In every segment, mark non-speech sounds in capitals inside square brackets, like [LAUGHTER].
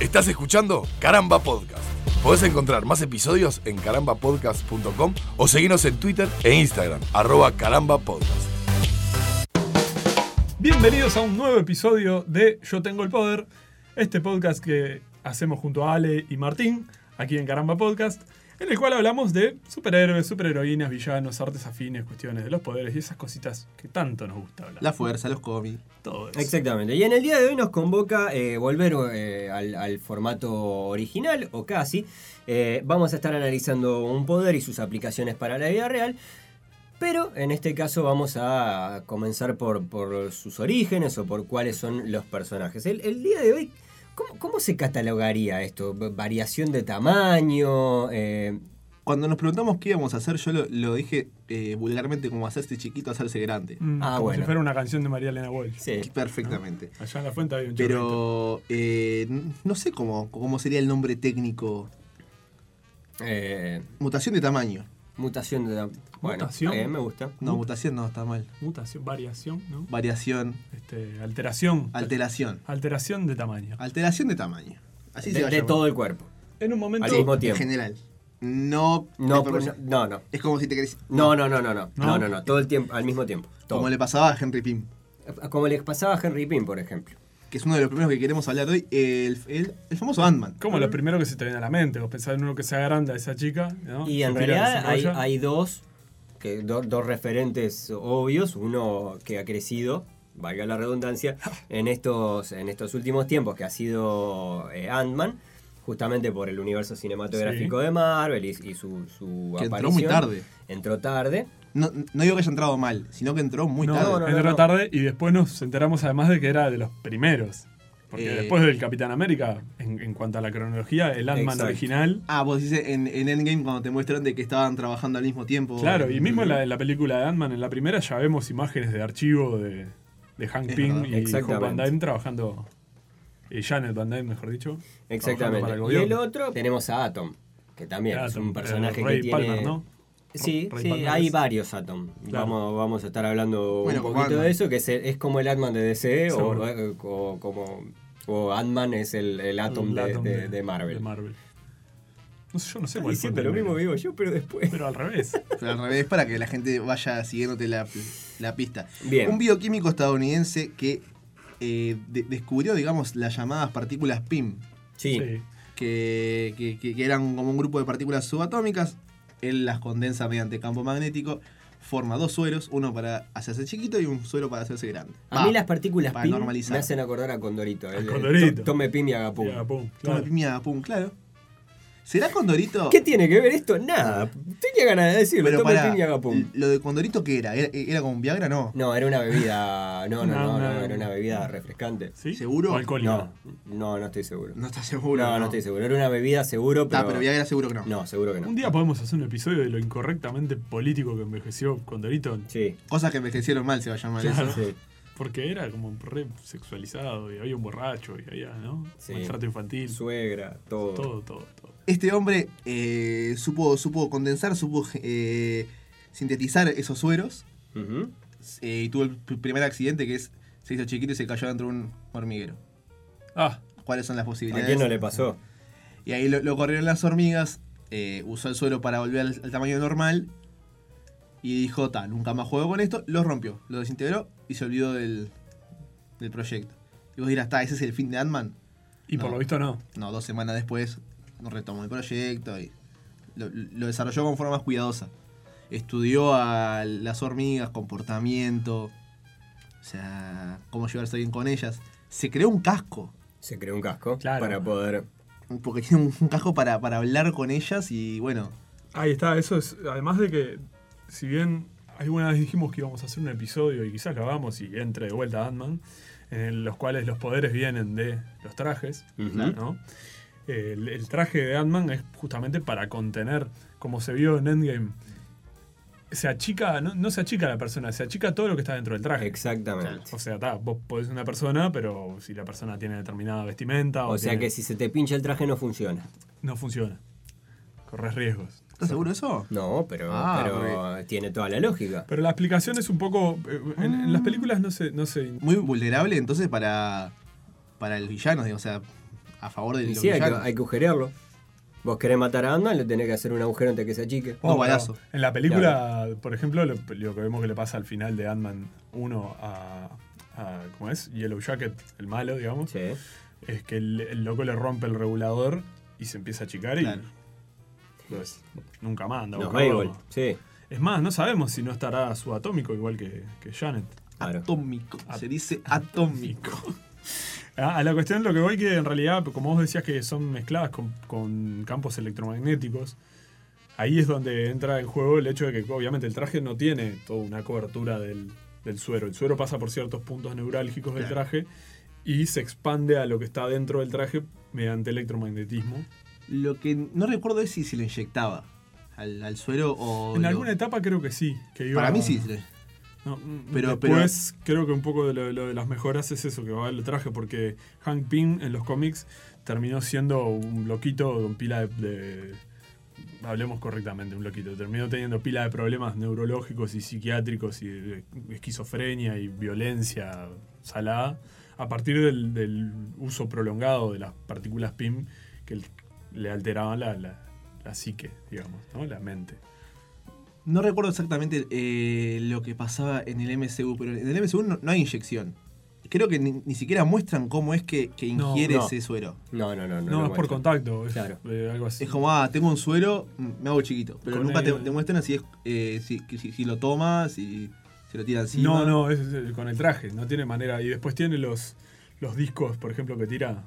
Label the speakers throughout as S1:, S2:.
S1: Estás escuchando Caramba Podcast. Podés encontrar más episodios en carambapodcast.com o seguirnos en Twitter e Instagram, arroba carambapodcast.
S2: Bienvenidos a un nuevo episodio de Yo Tengo el Poder, este podcast que hacemos junto a Ale y Martín, aquí en Caramba Podcast, en el cual hablamos de superhéroes, superheroínas, villanos, artes afines, cuestiones de los poderes y esas cositas que tanto nos gusta hablar.
S3: La fuerza, los cómics.
S2: Todo eso.
S4: Exactamente. Y en el día de hoy nos convoca eh, volver eh, al, al formato original, o casi. Eh, vamos a estar analizando un poder y sus aplicaciones para la vida real. Pero en este caso vamos a comenzar por, por sus orígenes o por cuáles son los personajes. El, el día de hoy, ¿cómo, cómo se catalogaría esto? ¿Variación de tamaño? Eh,
S3: Cuando nos preguntamos qué íbamos a hacer, yo lo, lo dije eh, vulgarmente como hacerse chiquito, hacerse grande.
S2: Mm,
S4: Ah,
S2: como
S4: bueno.
S2: si fuera una canción de María Elena Walsh.
S4: sí. Ah,
S3: Perfectamente.
S2: Allá en la fuente había un chorrito.
S3: Pero eh, n- no sé cómo, cómo sería el nombre técnico.
S4: Eh,
S3: Mutación de tamaño.
S4: mutación de tamaño. Bueno,
S2: Mutación.
S4: eh, me gusta.
S3: No, mutación no, está mal.
S2: Mutación, variación, ¿no?
S3: Variación,
S2: Este, alteración.
S3: alteración.
S2: alteración de tamaño.
S4: Ah.
S3: Alteración de tamaño. Así se
S4: De,
S3: va a
S4: de
S3: llamar.
S4: todo el cuerpo.
S2: En un momento...
S4: Al mismo
S3: En
S4: tiempo.
S3: general. No,
S4: No,
S3: de
S4: pues,
S3: proporción.
S4: no, no.
S3: Es como si te querés.
S4: No, no, no, no, no,
S2: ¿No?
S4: no, no, no, todo el tiempo, al mismo tiempo. todo.
S3: Como le pasaba a Henry Pym.
S4: Como le pasaba a Henry Pym, por ejemplo.
S3: Que es uno de los primeros que queremos hablar hoy. El, el- el famoso Ant-Man.
S2: Como lo primero que se te viene a la mente, vos pensás en uno que se agranda a esa chica, ¿no?
S4: Y en
S2: Se tira,
S4: realidad
S2: se
S4: hay,
S2: enrolla.
S4: hay dos, que, do- dos referentes obvios. Uno que ha crecido, valga la redundancia, en estos, en estos últimos tiempos, que ha sido eh, Ant-Man, justamente por el universo cinematográfico de Marvel y, y su, su
S3: Que
S4: aparición.
S3: entró muy tarde.
S4: Entró tarde.
S3: No, no digo que haya entrado mal, sino que entró muy
S2: No,
S3: tarde.
S4: no, no,
S2: entró
S4: no.
S2: tarde y después nos enteramos además de que era de los primeros. Porque
S3: Eh.
S2: después del Capitán América, en, en cuanto a la cronología, el Ant-Man
S4: Exacto.
S2: original.
S3: Ah, vos dices en, en Endgame cuando te muestran de que estaban trabajando al mismo tiempo.
S2: Claro, y mismo en la, en la película de Ant-Man, en la primera ya vemos imágenes de archivo de, de Hank
S3: Es
S2: Pym
S3: verdad.
S2: y Hope Van
S4: Exactamente.
S2: Dyne trabajando. Y Janet Van Dyne, mejor dicho. trabajando para
S4: Exactamente.
S2: el
S4: Y el
S2: gobierno.
S4: otro tenemos a Atom, que también es
S2: Atom,
S4: un personaje
S2: eh,
S4: que
S2: Ray
S4: tiene...
S2: Palmer, ¿no?
S4: Sí,
S2: Ray
S4: sí,
S2: Palmer
S4: hay
S2: es-
S4: varios Atom.
S2: Claro.
S4: Vamos, vamos a estar hablando
S3: Bueno,
S4: un
S3: como
S4: poquito
S3: Ant-Man.
S4: de eso, que es, el- es como el Atman de DC o, eh,
S2: Seguro.
S4: o como o Ant-Man es el, el Atom,
S2: El
S4: de,
S2: Atom
S4: de- de Marvel.
S2: de Marvel. No sé, yo no sé cuál
S4: Estoy
S2: fue el
S4: diciendo lo
S2: primero.
S4: mismo que digo yo, pero después.
S2: Pero al revés.
S3: Pero al revés, para que la gente vaya siguiéndote la, la pista.
S4: Bien.
S3: Un bioquímico estadounidense que eh, de- descubrió, digamos, las llamadas partículas PIM,
S4: [LAUGHS] Sí.
S2: [LAUGHS] Sí.
S3: que, que- que- que eran como un grupo de partículas subatómicas. Él las condensa mediante campo magnético, forma dos sueros, uno para hacerse chiquito y un suero para hacerse grande.
S4: A
S3: Va,
S4: mí las partículas
S3: para
S4: PIM
S3: normalizar.
S4: me hacen acordar a Condorito. el- el
S2: Condorito.
S4: to- Tome PIM y haga pum.
S2: Ya, pum,
S3: Toma
S2: claro.
S3: piña, pum, claro. ¿Será Condorito?
S4: ¿Qué tiene que ver esto? Nada. Tenía ganas de decirlo.
S3: Pero
S4: Tome
S3: pará,
S4: PIM y haga pum.
S3: Lo de Condorito, ¿qué era? ¿Era, era como un Viagra? No.
S4: No, era una bebida. No, no,
S2: Una-
S4: no,
S2: una-
S4: no, era una bebida refrescante.
S2: ¿Sí?
S3: ¿Seguro?
S2: O alcohólico.
S4: No, no, no estoy seguro.
S3: No estás seguro.
S4: no, no, estoy seguro. Era una bebida seguro, pero.
S3: Ah, pero Viagra seguro que no.
S4: No, seguro que no.
S2: Un día podemos hacer un episodio de lo incorrectamente político que envejeció Condorito,
S4: Sí.
S3: Cosas que envejecieron mal se va a llamar
S2: Claro.
S3: eso.
S4: Sí.
S2: porque era como re sexualizado y había un borracho y había, ¿no?
S4: Sí.
S2: Maltrato infantil,
S4: Suegra, todo.
S2: todo, todo, todo.
S3: Este hombre eh, supo, supo condensar, supo eh, sintetizar esos sueros
S4: Ujú.
S3: eh, y tuvo el p- primer accidente que es se hizo chiquito y se cayó dentro de un hormiguero.
S2: Ah,
S3: ¿Cuáles son las
S4: ¿A
S3: posibilidades?
S4: quién no le pasó?
S3: Y ahí lo, lo corrieron las hormigas, eh, usó el suero para volver al, al tamaño normal y dijo, ta, nunca más juego con esto, lo rompió, lo desintegró y se olvidó del, del proyecto. Y vos dirás, ta, ese es el fin de Ant-Man.
S2: y por
S3: No.
S2: lo visto no.
S3: No, dos semanas después retomó el proyecto y lo, lo desarrolló con forma más cuidadosa. Estudió a las hormigas, comportamiento, o sea, cómo llevarse bien con ellas. Se creó un casco,
S4: Se creó un casco
S2: Claro.
S4: para poder.
S3: porque [LAUGHS] tiene un- un casco para, para hablar con ellas y bueno,
S2: Ahí está, eso es, además de que, si bien alguna vez dijimos que íbamos a hacer un episodio y quizás lo hagamos y entre de vuelta Ant-Man, en los cuales los poderes vienen de los trajes,
S4: Ujú.
S2: ¿no? El, el traje de Ant-Man es justamente para contener, como se vio en Endgame, se achica, no, no se achica la persona, se achica todo lo que está dentro del traje.
S4: Exactamente.
S2: O sea, ta, vos podés ser una persona, pero si la persona tiene determinada vestimenta o,
S4: O sea
S2: tiene-
S4: que si se te pincha el traje no funciona.
S2: no funciona. Corres riesgos.
S3: ¿Estás seguro de eso?
S4: No, pero,
S3: Ah,
S4: pero tiene toda la lógica.
S2: Pero la explicación es un poco. eh, En, en
S4: Ah.
S2: las películas no se, no se
S3: Muy vulnerable entonces para, para los villanos, digo, o sea, a favor de
S4: Y
S3: los
S4: sí, hay que,
S3: villanos.
S4: hay que agujerearlo. Vos querés matar a Ant-Man, le tenés que hacer un agujero antes que se achique.
S2: Oh.
S3: Un balazo.
S2: En la película, por ejemplo, lo, lo que vemos que le pasa al final de Ant-Man 1 a, a- ¿Cómo es? Yellow Jacket, el malo, digamos.
S4: Sí.
S2: Es que el, el loco le rompe el regulador y se empieza a achicar y.
S3: Claro.
S2: pues, nunca más anda a
S4: No,
S2: buscarlo.
S4: Mabel, Sí.
S2: Es más, no sabemos si no estará subatómico igual que, que Janet.
S4: Claro.
S3: Atómico. Se dice
S4: [LAUGHS]
S3: atómico.
S2: [LAUGHS] A, a la cuestión lo que voy que en realidad, como vos decías que son mezcladas con, con campos electromagnéticos, ahí es donde entra en juego el hecho de que obviamente el traje no tiene toda una cobertura del, del suero. El suero pasa por ciertos puntos neurálgicos del
S3: Claro.
S2: traje y se expande a lo que está dentro del traje mediante electromagnetismo.
S3: Lo que no recuerdo es si se lo inyectaba al, al suero o.
S2: En
S3: lo-
S2: alguna etapa creo que sí. que iba-
S3: Para mí sí. se lo-
S2: No, mm,
S3: Pero-
S2: después creo que un poco de lo, lo de las mejoras es eso que va el traje, porque Hank Pym en los cómics terminó siendo un loquito con pila de, de- Hablemos correctamente, un loquito. Terminó teniendo pila de problemas neurológicos y psiquiátricos y de esquizofrenia y violencia salada a partir del, del uso prolongado de las partículas PIM que le alteraban la, la- la psique, digamos, ¿no? la mente.
S3: No recuerdo exactamente eh, lo que pasaba en el MCU, pero en el MCU no, no hay inyección. Creo que ni, ni siquiera muestran cómo es que, que
S2: No,
S3: ingiere
S4: no.
S3: ese suero.
S4: No, no, no.
S2: No,
S4: No, lo
S2: es por
S4: muestro.
S2: contacto, es
S4: Claro.
S2: eh, algo así.
S3: Es como, ah, tengo un suero, mm, me hago chiquito. Pero
S2: Con
S3: nunca te,
S2: el-
S3: te muestran si, es, eh, si, que- si- si lo tomas, si se lo tira encima.
S2: No, no, es, es con el traje, no tiene manera. Y después tiene los, los discos, por ejemplo, que tira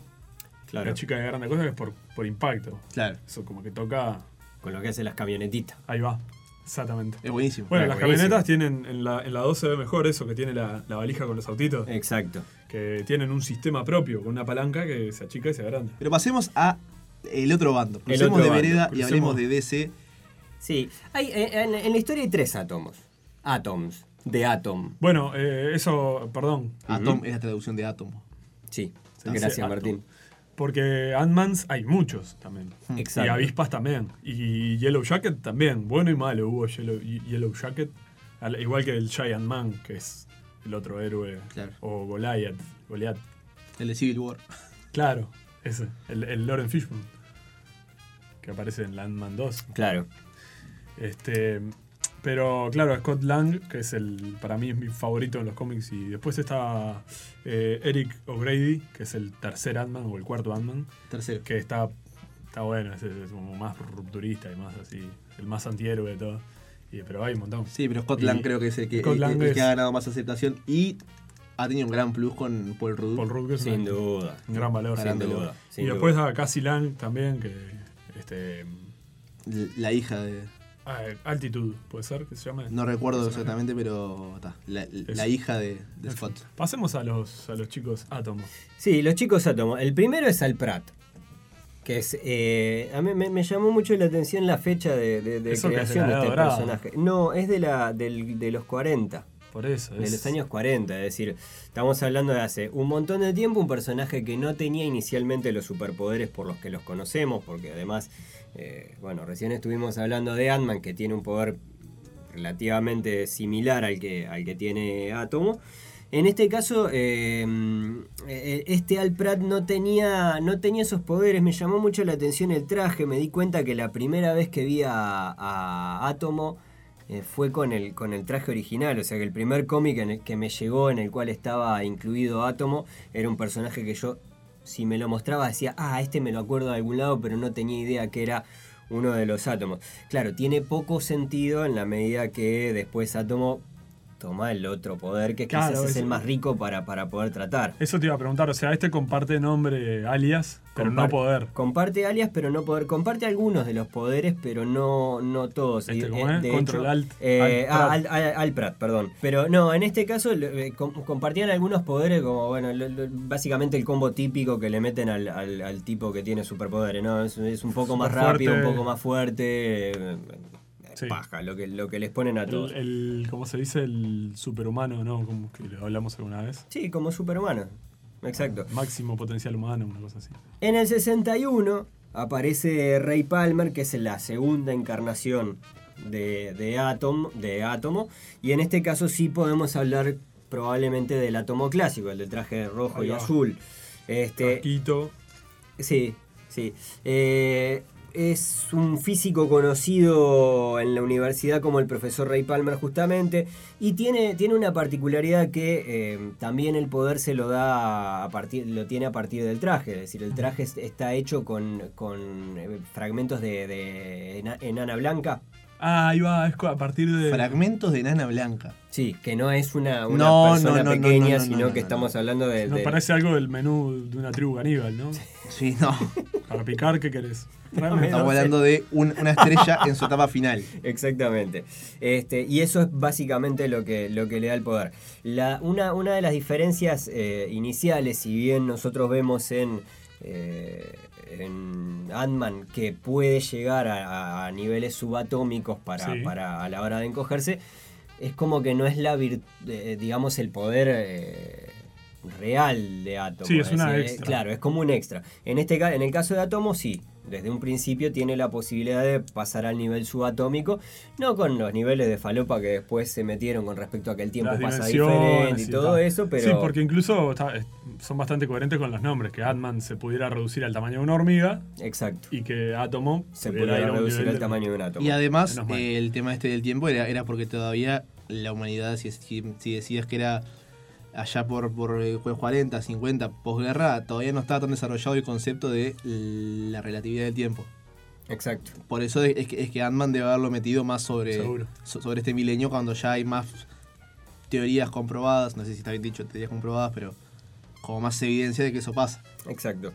S4: Claro.
S2: la chica de grande cosa que es por, por impacto.
S3: Claro,
S2: Eso como que toca.
S4: Con lo que hacen las camionetitas.
S2: Ahí va. Exactamente.
S3: es buenísimo.
S2: Bueno,
S4: Ah,
S2: las
S4: buenísimo.
S2: camionetas tienen, en la, en la 2 se ve mejor eso, que tiene la, la valija con los autitos,
S4: Exacto.
S2: que tienen un sistema propio, con una palanca que se achica y se agranda.
S3: Pero pasemos a el otro bando. Crucemos
S4: otro
S3: de
S4: bando,
S3: vereda y
S2: crucemos.
S3: hablemos de DC.
S4: Sí. Hay, eh, en, en la historia hay tres átomos. Atoms. De Atom.
S2: Bueno, eh, eso, perdón,
S3: Atom es la traducción de átomo.
S4: Sí.
S2: Se dice
S4: Gracias,
S2: Atom.
S4: Martín.
S2: porque Ant-Mans hay muchos también. Y
S4: Hmm. Exacto.
S2: avispas también. Y Yellow Jacket también. Bueno y malo hubo Yellow, y- Yellow Jacket. Al- igual que el Giant Man, que es el otro héroe.
S3: Claro.
S2: O Goliath. Goliath.
S3: El de Civil War. [LAUGHS]
S2: Claro, ese. El, el Lauren Fishburne. Que aparece en Landman 2.
S4: Claro.
S2: Este, pero claro, Scott Lang, que es el para mí es mi favorito en los cómics. Y después está eh, Eric O'Grady, que es el tercer Ant-Man o el cuarto Ant-Man
S3: Tercero.
S2: que está, está bueno, es, es como más rupturista y más así, el más antihéroe de todo. Y, pero hay un montón.
S3: Sí, pero Scott
S2: Y-
S3: Lang creo que es el que,
S2: Scott
S3: el-
S2: Lang
S3: el que
S2: es-
S3: ha ganado más aceptación y ha tenido un gran plus con Paul Rudd.
S2: Paul Rudd que es
S4: Sin
S2: un,
S4: duda.
S2: un gran valor.
S3: Sin
S2: sí.
S4: duda, sin
S2: y
S4: duda.
S2: después a Cassie Lang también, que este
S3: La hija de.
S2: ah, Altitude, puede ser que se llame.
S3: No recuerdo
S2: Personaje.
S3: exactamente, pero. ta, la, la
S2: Es-
S3: hija de, de
S2: En fin.
S3: Scott.
S2: Pasemos a los, a los chicos átomos.
S4: Sí, los chicos átomos. El primero es Al Pratt. Que es. eh, a mí me, me llamó mucho la atención la fecha de, de- de
S2: Eso que es de
S4: creación
S2: la
S4: de
S2: Edad
S4: este
S2: Dorada.
S4: personaje. No, es de, la, del- de los 40.
S2: Por eso.
S4: De
S2: es-
S4: los años 40, es decir, estamos hablando de hace un montón de tiempo un personaje que no tenía inicialmente los superpoderes por los que los conocemos, porque además, eh, bueno, recién estuvimos hablando de Ant-Man, que tiene un poder relativamente similar al que, al que tiene Átomo. En este caso, eh, eh, este Al Pratt no tenía, no tenía esos poderes. Me llamó mucho la atención el traje. Me di cuenta que la primera vez que vi a, a Átomo eh, fue con el, con el traje original. O sea que el primer cómic en el que me llegó, en el cual estaba incluido Átomo, era un personaje que yo, si me lo mostraba, decía, ah, este me lo acuerdo de algún lado, pero no tenía idea que era uno de los átomos. Claro, tiene poco sentido en la medida que después Átomo toma el otro poder que
S2: Claro,
S4: quizás es
S2: eso.
S4: el más rico para, para poder tratar.
S2: Eso te iba a preguntar, o sea, este comparte nombre alias, pero no
S4: Comparte-
S2: poder.
S4: Comparte alias, pero no poder. Comparte algunos de los poderes, pero no, no todos.
S2: Este,
S4: Y,
S2: ¿cómo
S4: eh,
S2: es?
S4: de
S2: Control
S4: hecho,
S2: Alt,
S4: eh,
S2: Alt
S4: ah,
S2: Prat.
S4: Alt- Al- Alt Prat, perdón. Pero no, en este caso lo- eh, com- compartían algunos poderes, como bueno, lo- lo- básicamente el combo típico que le meten al, al- al tipo que tiene superpoderes, ¿no? Es, es un poco más
S2: Superfuerte.
S4: rápido, un poco más fuerte. eh,
S2: Sí.
S4: Paja, lo que, lo que les ponen a todos.
S2: El, el- ¿Cómo se dice? El superhumano, ¿no? Como que lo hablamos alguna vez.
S4: Sí, como superhumano. Exacto.
S2: Máximo potencial humano, una cosa así.
S4: En el 61 aparece Ray Palmer, que es la segunda encarnación de, de Atom, de Átomo, y en este caso sí podemos hablar probablemente del Átomo clásico, el del traje rojo
S2: Ahí
S4: y
S2: va.
S4: azul. Este,
S2: Quito.
S4: Sí, sí. Eh, es un físico conocido en la universidad como el profesor Ray Palmer justamente y tiene, tiene una particularidad que eh, también el poder se lo da a partir, lo tiene a partir del traje, es decir, el traje es- está hecho con, con, eh, fragmentos de, de ena- enana blanca,
S2: Ah, ahí va, es co- a partir de.
S3: Fragmentos de nana blanca.
S4: sí, que no es una, una
S3: No,
S4: persona
S3: no, no, no,
S4: pequeña,
S3: no, no,
S4: sino
S3: no, no,
S4: que
S3: no.
S4: estamos hablando de...
S2: Nos
S4: de-
S2: parece algo del menú de una tribu caníbal, ¿no?
S3: Sí,
S2: [LAUGHS]
S3: no.
S2: Para picar, ¿qué querés? Tráeme.
S4: No
S3: Estamos
S4: sé.
S3: hablando de un- una estrella en su etapa
S2: [LAUGHS]
S3: final.
S4: Exactamente. Este, y eso es básicamente lo que, lo que le da el poder. La- una, una de las diferencias eh, iniciales, si bien nosotros vemos en, eh, en Ant-Man que puede llegar a, a- a niveles subatómicos para,
S2: Sí.
S4: para a la hora de encogerse, es como que no es la vir- eh, digamos el poder eh, real de Atom.
S2: Sí, es una extra.
S4: Claro, es como un extra. En este ca- en el caso de Atomo sí, desde un principio tiene la posibilidad de pasar al nivel subatómico, no con los niveles de falopa que después se metieron con respecto a que el tiempo
S2: Las
S4: pasa
S2: dimensiones
S4: diferente y todo
S2: tal.
S4: eso, pero
S2: Sí, porque incluso está- es- son bastante coherentes con los nombres, que Atman se pudiera reducir al tamaño de una hormiga
S4: exacto.
S2: y que Átomo
S4: Se puede
S2: ir a un
S4: reducir
S2: nivel
S4: el
S2: de-
S4: tamaño de un átomo.
S3: Y además,
S2: Menos mal.
S3: eh, el tema este del tiempo era, era porque todavía la humanidad, si, si, si decías que era allá por, por eh, 40, 50, posguerra, todavía no estaba tan desarrollado el concepto de la relatividad del tiempo.
S4: Exacto.
S3: Por eso es es que, es que Ant-Man debe haberlo metido más sobre,
S2: Seguro.
S3: so- sobre este milenio cuando ya hay más teorías comprobadas, no sé si está bien dicho teorías comprobadas, pero como más evidencia de que eso pasa.
S4: Exacto.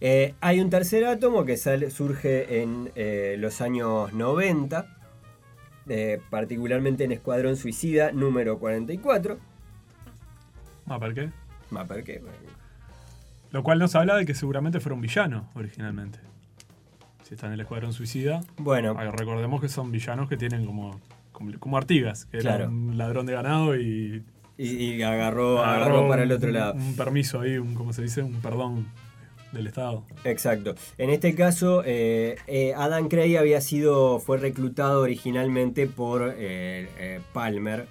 S4: Eh, hay un tercer átomo que sale- surge en eh, los años 90, eh, particularmente en Escuadrón Suicida número 44.
S2: Ah, ¿para qué?
S4: Ma, ¿por qué?
S2: Lo cual nos habla de que seguramente fueron villanos originalmente. Si está en el Escuadrón Suicida.
S4: Bueno,
S2: Ah, Recordemos que son villanos que tienen como, como, como Artigas, que era
S4: Claro.
S2: un ladrón de ganado y
S4: y, y agarró, agarró para el otro
S2: un-
S4: lado.
S2: Un permiso ahí, un, como se dice, un perdón del Estado.
S4: Exacto. En este caso, eh, eh, Adam Cray había sido, fue reclutado originalmente por eh, eh, Palmer,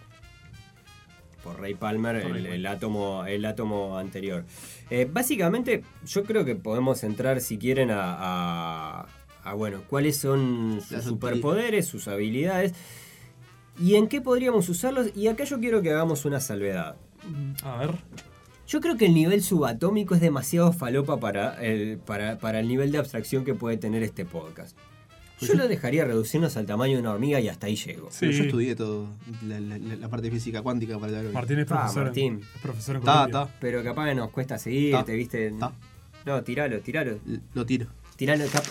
S4: por Ray Palmer,
S2: Por Ray
S4: el,
S2: Palmer.
S4: el átomo, el átomo anterior. Eh, básicamente, yo creo que podemos entrar, si quieren, a, a- a, bueno, cuáles son sus
S3: Las
S4: superpoderes, sus habilidades y en qué podríamos usarlos. Y acá yo quiero que hagamos una salvedad.
S2: A ver.
S4: Yo creo que el nivel subatómico es demasiado falopa para el, para, para el nivel de abstracción que puede tener este podcast. Yo lo dejaría reducirnos al tamaño de una hormiga y hasta ahí llego.
S2: Sí.
S3: Yo estudié todo, la, la- la- la parte de física cuántica para hablar hoy.
S2: Martín es
S4: Ah,
S2: profesor. en-
S4: Martín.
S2: es profesor en
S3: Ta,
S2: Colombia.
S3: ta,
S4: Pero capaz que nos cuesta seguirte,
S3: Ta,
S4: ¿viste?
S3: ta.
S4: No, tiralo, tiralo.
S3: l- lo tiro.
S4: Tiralo, capa.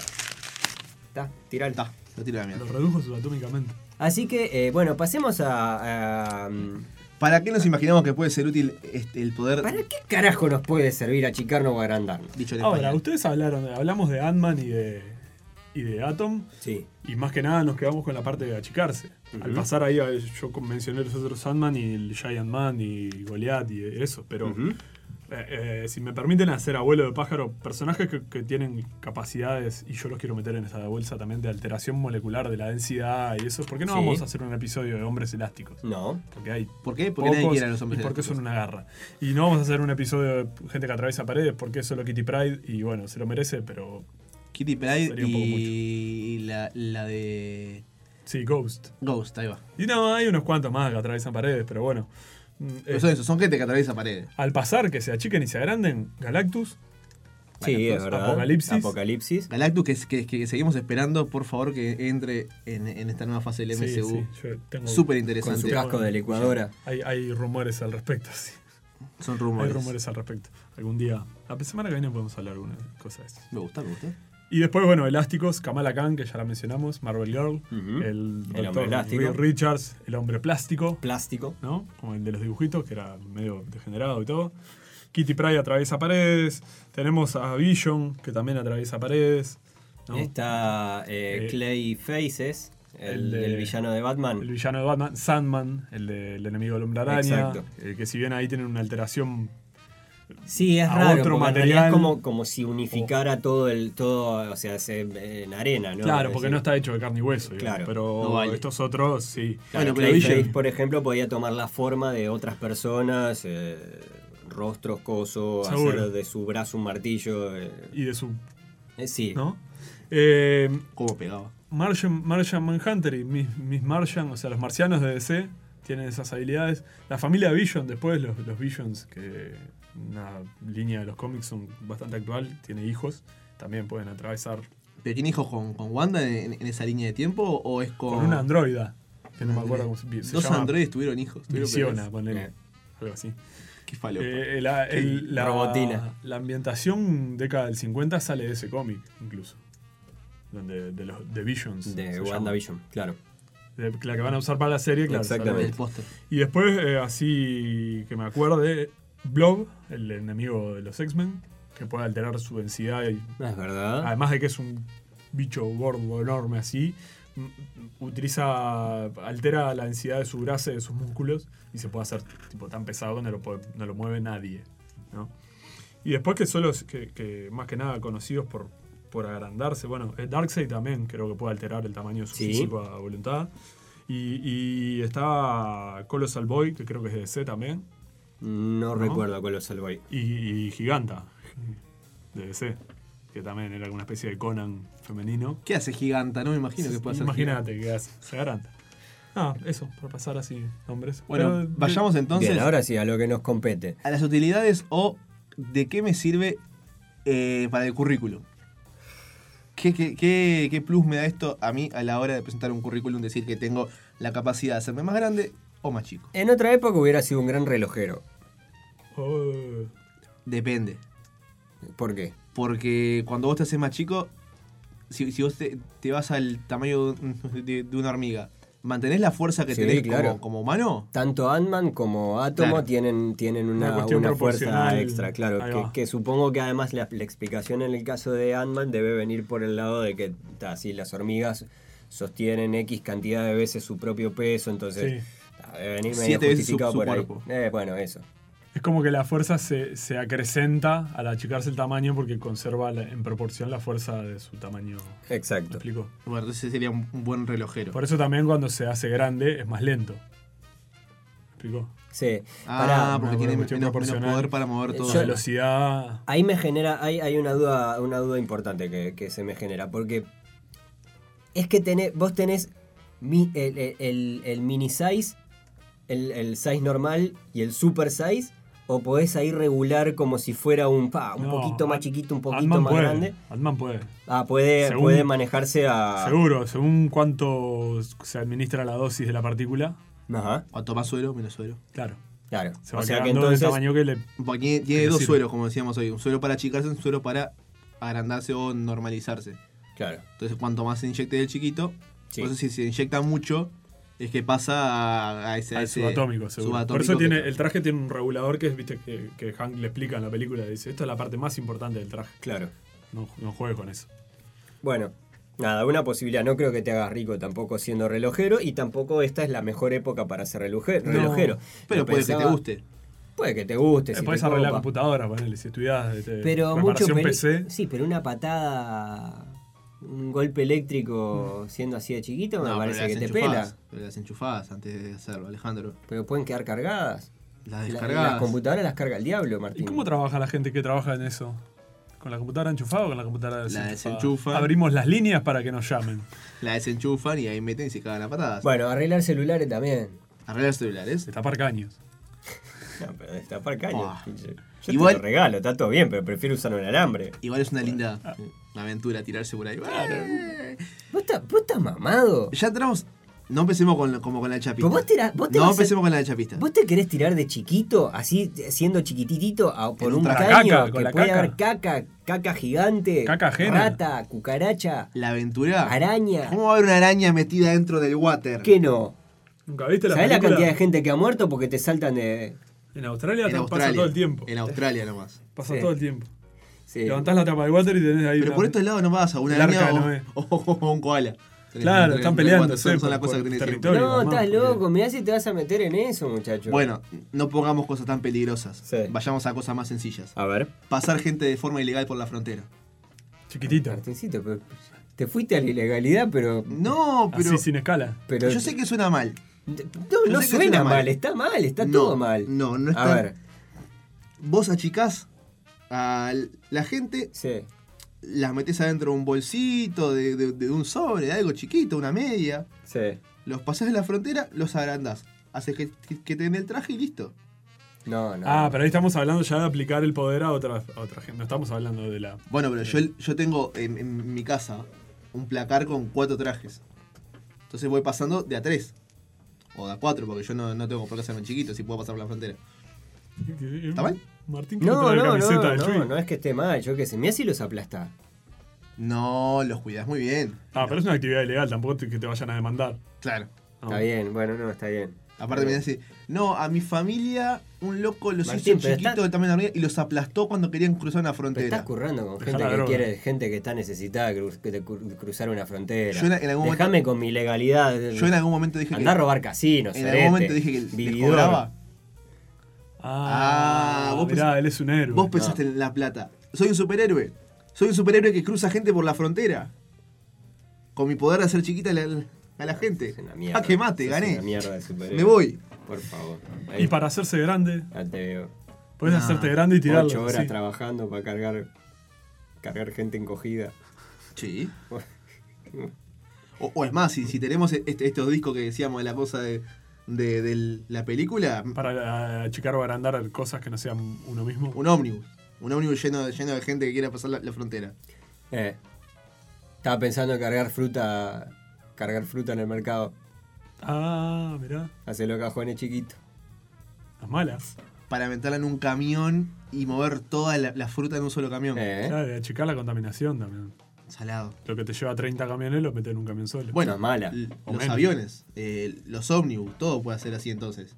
S4: Ta, tiralo.
S3: Ta, lo tiro a la
S2: Lo
S3: mierda.
S2: redujo subatómicamente.
S4: Así que, eh, bueno, pasemos a... a, mm,
S3: ¿Para qué nos imaginamos que puede ser útil este, el poder
S4: ¿Para qué carajo nos puede servir achicarnos o agrandarnos?
S3: dicho en
S2: Ahora,
S3: español?
S2: ustedes hablaron, de- hablamos de Ant-Man y de, y de Atom,
S4: Sí.
S2: y más que nada nos quedamos con la parte de achicarse. Al pasar ahí, a- yo mencioné los otros Ant-Man y el Giant Man y Goliath y eso, pero eh, eh, si me permiten hacer abuelo de pájaro, personajes que, que tienen capacidades, y yo los quiero meter en esta bolsa también de alteración molecular de la densidad y eso, ¿por qué no
S4: Sí.
S2: vamos a hacer un episodio de hombres elásticos?
S4: No.
S2: Porque hay
S3: Mm. ¿Por qué? Porque nadie
S2: pocos
S3: quiere a los hombres
S2: Y porque
S3: elásticos.
S2: son una garra. Y no vamos a hacer un episodio de gente que atraviesa paredes porque es solo Kitty Pride y bueno, se lo merece, pero
S3: Kitty Pryde
S2: Sería un poco
S3: y la, la de
S2: sí, Ghost.
S3: Ghost, ahí va.
S2: Y no, hay unos cuantos más que atraviesan paredes, pero bueno. Mm, eh,
S3: Pero son esos, son gente que atraviesa paredes.
S2: al pasar, que se achiquen y se agranden, Galactus,
S4: Sí, es
S2: Galactus,
S4: verdad.
S2: Apocalipsis.
S4: Apocalipsis.
S3: Galactus, que, que, que seguimos esperando, por favor, que entre en, en esta nueva fase del
S2: Sí,
S3: MCU.
S2: sí, yo tengo-
S3: Súper
S4: Con su
S3: interesante.
S2: ca-
S4: casco de licuadora.
S2: Hay, hay rumores al respecto, [LAUGHS] sí.
S3: Son rumores.
S2: Hay rumores al respecto. Algún día, la semana que viene podemos hablar alguna cosa de eso.
S3: Me gusta, me gusta.
S2: Y después, bueno, Elásticos, Kamala Khan, que ya la mencionamos, Marvel Girl,
S4: Ujú.
S2: el,
S4: El
S2: Dr.
S4: hombre elástico.
S2: Reed Richards, el hombre plástico,
S4: Plástico.
S2: ¿no? Como el de los dibujitos, que era medio degenerado y todo. Kitty Pryde atraviesa paredes. Tenemos a Vision, que también atraviesa paredes. ¿no?
S4: Está eh,
S2: Eh,
S4: Clay Faces, el,
S2: el de-
S4: el villano de Batman.
S2: El villano de Batman, Sandman, el del enemigo del hombre araña.
S4: Exacto.
S2: eh, que si bien ahí tienen una alteración
S4: sí, es
S2: a
S4: raro.
S2: otro
S4: porque en realidad
S2: material.
S4: Es como, como si unificara todo el. todo O sea, se- en arena, ¿no?
S2: Claro,
S4: Es
S2: porque
S4: decir,
S2: no está hecho de carne y hueso. digamos,
S4: Claro,
S2: pero
S3: no vale.
S2: estos otros, sí.
S4: claro,
S3: Bueno, pero
S4: Clayface,
S3: Vision-
S4: por ejemplo, podía tomar la forma de otras personas. eh, rostros, coso,
S2: Seguro.
S4: hacer de su brazo un martillo. eh,
S2: Y de su.
S4: eh, sí.
S2: ¿No? Eh,
S3: ¿Cómo pegaba?
S2: Martian, Martian Manhunter y Miss, Miss Martian, o sea, los marcianos de DC tienen esas habilidades. La familia Vision, después los, los Visions, que una línea de los cómics son bastante actual, tiene hijos, también pueden atravesar
S3: ¿Pero tiene hijos con, con Wanda en, en esa línea de tiempo o es con.
S2: con una androida, que no me acuerdo cómo se, se
S3: Oh. Dos
S2: llama.
S3: androides tuvieron hijos. tuvieron
S2: Visiona,
S3: bebés.
S2: ponele,
S4: Eh.
S2: algo así.
S3: Qué falopa.
S2: Eh, la, el- la-
S4: robotina.
S2: la ambientación década del 50 sale de ese cómic, incluso. Donde, de los de Visions. se
S4: De
S2: llama.
S4: WandaVision, claro.
S2: De la que van a usar para la serie, claro.
S4: Exactamente.
S3: el póster.
S2: Y después, eh, así que me acuerde, Blob, el enemigo de los X-Men, que puede alterar su densidad. y-
S3: Ah,
S4: Es verdad.
S2: además de que es un bicho gordo, enorme así, m- m- utiliza, altera la densidad de su grasa y de sus músculos y se puede hacer tipo tan pesado que no lo, puede- no lo mueve nadie. ¿no? Y después que solo, es- que, que más que nada conocidos por, por agrandarse, bueno, eh, Darkseid también creo que puede alterar el tamaño de su
S4: Sí.
S2: físico a voluntad. Y, y está Colossal Boy, que creo que es de DC también,
S4: No, recuerdo cuál lo salvó ahí.
S2: y, y Giganta, de DC, que también era una especie de Conan femenino.
S3: ¿Qué hace Giganta? No me imagino que pueda hacer.
S2: Imagínate que hace, se garanta. Ah, eso, para pasar así, hombres.
S3: Giganta. Bueno,
S2: Pero,
S3: vayamos entonces
S4: Bien, ahora sí, a lo que nos compete.
S3: a las utilidades o de qué me sirve eh, para el currículum. ¿Qué, qué, qué, qué plus me da esto a mí a la hora de presentar un currículum? Decir que tengo la capacidad de hacerme más grande o más chico.
S4: En otra época hubiera sido un gran relojero.
S2: oh,
S3: Depende.
S4: ¿Por qué?
S3: Porque cuando vos te haces más chico, si, si vos te, te vas al tamaño de, un- de- de una hormiga, ¿mantenés la fuerza que
S4: Sí,
S3: tenés
S4: claro.
S3: como, como humano?
S4: Tanto Ant-Man como Átomo
S3: Claro.
S4: tienen, tienen
S2: Una
S4: una,
S2: cuestión
S4: una
S2: proporcional.
S4: fuerza extra, claro.
S2: Ahí va.
S4: Que, que supongo que además la, la explicación en el caso de Ant-Man debe venir por el lado de que ta, si las hormigas sostienen X cantidad de veces su propio peso, entonces ta, debe venir medio
S3: Siete veces su-
S4: justificado
S3: su
S4: por ahí.
S3: cuerpo.
S4: Eh, bueno, eso.
S2: es como que la fuerza se, se acrecenta al achicarse el tamaño porque conserva la- en proporción la fuerza de su tamaño. ¿Me
S4: Exacto.
S2: explico?
S3: Bueno, entonces sería un, un buen relojero.
S2: Por eso también cuando se hace grande es más lento. ¿Me explico?
S4: Sí.
S3: ah,
S4: Pará,
S2: una
S3: porque tiene menos,
S2: cuestión
S3: menos
S2: proporcional.
S3: poder para mover todo.
S2: La
S4: Yo-
S2: velocidad.
S4: Ahí me genera, hay, hay una duda, una duda importante que, que se me genera, porque es que tené- vos tenés mi- el, el- el- el mini size, el, el size normal y el super size, o podés ahí regular como si fuera un pa, Ah, un
S2: No,
S4: poquito más
S2: Ant-
S4: chiquito, un poquito
S2: Ant-Man
S4: más
S2: puede,
S4: grande.
S2: Ant-Man puede.
S4: Ah, puede,
S2: Según-
S4: puede manejarse a.
S2: Seguro, según cuánto se administra la dosis de la partícula,
S4: Ajá,
S3: Cuanto más suelo, menos suelo.
S2: claro.
S4: claro.
S2: Se va
S4: o sea que
S2: quedando del
S4: entonces.
S2: tamaño que le
S3: Porque tiene, tiene
S2: Que le
S3: dos
S2: sirve.
S3: suelos, como decíamos hoy. Un suelo para achicarse, un suelo para agrandarse o normalizarse.
S4: Claro.
S3: Entonces, cuanto más se inyecte el chiquito,
S4: Sí.
S3: entonces si se inyecta mucho, es que pasa a, a
S4: Este,
S3: ese,
S2: Al
S3: ese
S2: Ah, subatómico, seguro.
S3: subatómico
S2: Por eso tiene,
S3: que-
S2: el traje tiene un regulador que es, viste, que, que Hank le explica en la película. Dice, esta es la parte más importante del traje.
S4: Claro.
S2: No, no juegues con eso.
S4: Bueno, nada, una posibilidad. No creo que te hagas rico tampoco siendo relojero y tampoco esta es la mejor época para ser reloje-
S3: No,
S4: relojero.
S3: Pero
S4: Lo
S3: puede que te
S4: pensaba-
S3: guste.
S4: Puede que te guste.
S2: Eh,
S4: si
S2: podés
S4: te
S2: arreglar
S4: copa.
S2: computadoras, ponele, si estudias este,
S4: Pero mucho
S2: preparación
S4: peli-
S2: PC.
S4: Sí, pero una patada, un golpe eléctrico siendo así de chiquito me
S3: Mm. No,
S4: parece
S3: pero
S4: que
S3: las
S4: te
S3: enchufás,
S4: pela.
S3: Pero las enchufás antes de hacerlo, Alejandro.
S4: Pero pueden quedar cargadas.
S3: Las
S4: La-
S3: descargás.
S4: las computadoras las carga el diablo, Martín.
S2: ¿Y cómo trabaja la gente que trabaja en eso? ¿Con la computadora enchufada o con la computadora desenchufada?
S3: desenchufan.
S2: Abrimos las líneas para que nos llamen. [LAUGHS]
S3: la desenchufan y ahí meten y se cagan a patadas.
S4: Bueno, arreglar
S3: [LAUGHS]
S4: celulares también.
S3: Arreglar celulares.
S2: Destapar caños.
S4: No, pero destapar caños.
S3: Buah.
S4: Yo
S3: Igual-
S4: te lo regalo, está todo bien, pero prefiero usar un alambre.
S3: Igual es una linda
S2: Ah.
S3: eh, aventura tirarse por ahí. Eh.
S4: ¿Vos estás, vos estás mamado?
S3: Ya entramos. No empecemos con, la- como con la chapista.
S4: Pero vos tira- vos te
S3: no
S4: vas a-
S3: empecemos con la chapista.
S4: ¿Vos te querés tirar de chiquito, así siendo chiquititito, a- por
S3: En
S4: un
S3: otra
S4: caño
S2: caca, con
S4: que
S2: la
S4: puede
S2: caca.
S4: haber caca, caca gigante,
S2: Caca ajena.
S4: rata, cucaracha,
S3: La aventura.
S4: araña?
S3: ¿Cómo va a haber una araña metida dentro del water?
S4: ¿Qué no?
S2: ¿Nunca viste la
S4: ¿Sabés la
S2: película?
S4: cantidad de gente que ha muerto porque te saltan de...
S2: En Australia,
S3: En
S2: te
S3: Australia.
S2: pasa todo el tiempo.
S3: En Australia nomás.
S2: Pasa
S4: Sí. Eh.
S2: todo el tiempo.
S4: Sí.
S2: Levantás la tapa de water y tenés ahí
S3: Pero
S2: una-
S3: por estos lados no vas a una
S2: el arca
S3: araña o,
S2: de Noé.
S3: [LAUGHS] o- o un koala.
S2: Claro, están peleando,
S3: Son,
S2: sí,
S3: son las
S2: por-
S3: cosas que
S2: por
S3: tenés siempre.
S2: territorio.
S4: No,
S2: mamá,
S4: estás
S2: porque-
S4: loco, mirá si te vas a meter en eso, muchacho.
S3: Bueno, no pongamos cosas tan peligrosas.
S4: Sí. Ah.
S3: Vayamos a cosas más sencillas.
S4: A ver.
S3: Pasar gente de forma ilegal por la frontera.
S2: Chiquitita.
S4: Martincito, pero te fuiste a la ilegalidad, pero...
S3: No, pero.
S2: Así, sin escala.
S4: pero
S3: yo sé que suena mal.
S4: No,
S3: yo
S4: no
S3: sé que
S4: suena
S3: suena
S4: mal.
S3: mal.
S4: está mal, está
S3: No,
S4: todo mal.
S3: no, no
S4: A
S3: está-
S4: ver,
S3: vos achicás a la gente,
S4: Sí.
S3: las metés adentro de un bolsito, de, de- de un sobre, de algo chiquito, una media.
S4: Sí.
S3: Los pasás de la frontera, los agrandás. Haces que, que, que te den el traje y listo.
S4: No, no.
S2: Ah, pero ahí estamos hablando ya de aplicar el poder a otra, a otra gente. No estamos hablando de la.
S3: Bueno, pero yo, yo tengo en, en mi casa un placar con cuatro trajes. Entonces voy pasando de a tres. O de a cuatro, porque yo no, no tengo por qué hacerme chiquito si puedo pasar por la frontera. ¿Está mal?
S2: Martín quiere
S4: No,
S2: traer
S4: no,
S2: camiseta
S4: no,
S2: de
S4: no,
S2: Chuy.
S4: no es que esté mal, yo qué sé. Mira si los aplasta.
S3: No, los cuidas muy bien.
S2: Ah, pero es una actividad ilegal, tampoco te- que te vayan a demandar. Ah.
S3: Claro.
S2: No.
S4: Está bien, bueno, no, está bien.
S3: Aparte me dice, no, a mi familia un loco los
S4: Martín,
S3: hizo
S4: pero
S3: chiquitos
S4: está-
S3: de tamaño de hormiga y los aplastó cuando querían cruzar una
S4: Pero estás
S3: frontera.
S4: currando con
S2: Dejá
S4: gente
S2: la
S4: que
S2: droga.
S4: quiere, gente que está necesitada de cru- de cru- cruzar una frontera.
S3: Yo en- en algún
S4: Dejame con mi legalidad.
S3: Yo en algún momento dije
S4: Andá a
S3: que.
S4: robar casinos.
S3: En
S4: sorete,
S3: algún momento dije que les
S4: vividor.
S3: cobraba.
S2: Ah,
S3: Ah, vos
S2: mirá,
S3: pensás-
S2: él es un héroe.
S3: Vos pensaste en la plata. Soy un superhéroe. Soy un superhéroe que cruza gente por la frontera. Con mi poder de hacer chiquita a la, a la gente.
S4: Es una mierda.
S3: Ah, que mate,
S4: Sos
S3: gané.
S4: una mierda de superhéroe.
S3: Me voy.
S4: Por favor. Ahí,
S2: Y para hacerse grande,
S4: ya te veo.
S2: podés
S3: No.
S2: hacerte grande y tirarlo.
S4: Ocho horas
S2: sí.
S4: trabajando para cargar, cargar gente encogida. [LAUGHS]
S3: Sí. O, o es más, si, si tenemos este- estos discos que decíamos de la cosa de, de- de la película,
S2: Para eh, achicar o agrandar cosas que no sean uno mismo.
S3: un ómnibus. Un ómnibus lleno, de- lleno de gente que quiera pasar la, la frontera.
S4: Eh, estaba pensando en cargar fruta, cargar fruta en el mercado.
S2: Ah, mirá,
S4: Hacer los cajones chiquitos.
S2: las malas.
S3: Para meterla en un camión y mover toda la, la fruta en un solo camión.
S4: Eh,
S2: Claro, de achicar la contaminación también.
S3: Salado.
S2: Lo que te lleva 30 camiones lo metes en un camión solo.
S3: Bueno,
S4: es mala.
S3: l-
S2: O
S3: los
S2: menos.
S3: aviones, eh, los ómnibus, todo puede ser así entonces.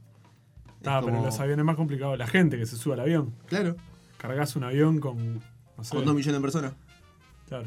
S2: Ah,
S3: Es
S2: pero en
S3: como-
S2: los aviones es más complicado. La gente que se sube al avión.
S3: Claro,
S2: Cargas un avión con. No sé.
S3: con dos millones de personas.
S2: Claro.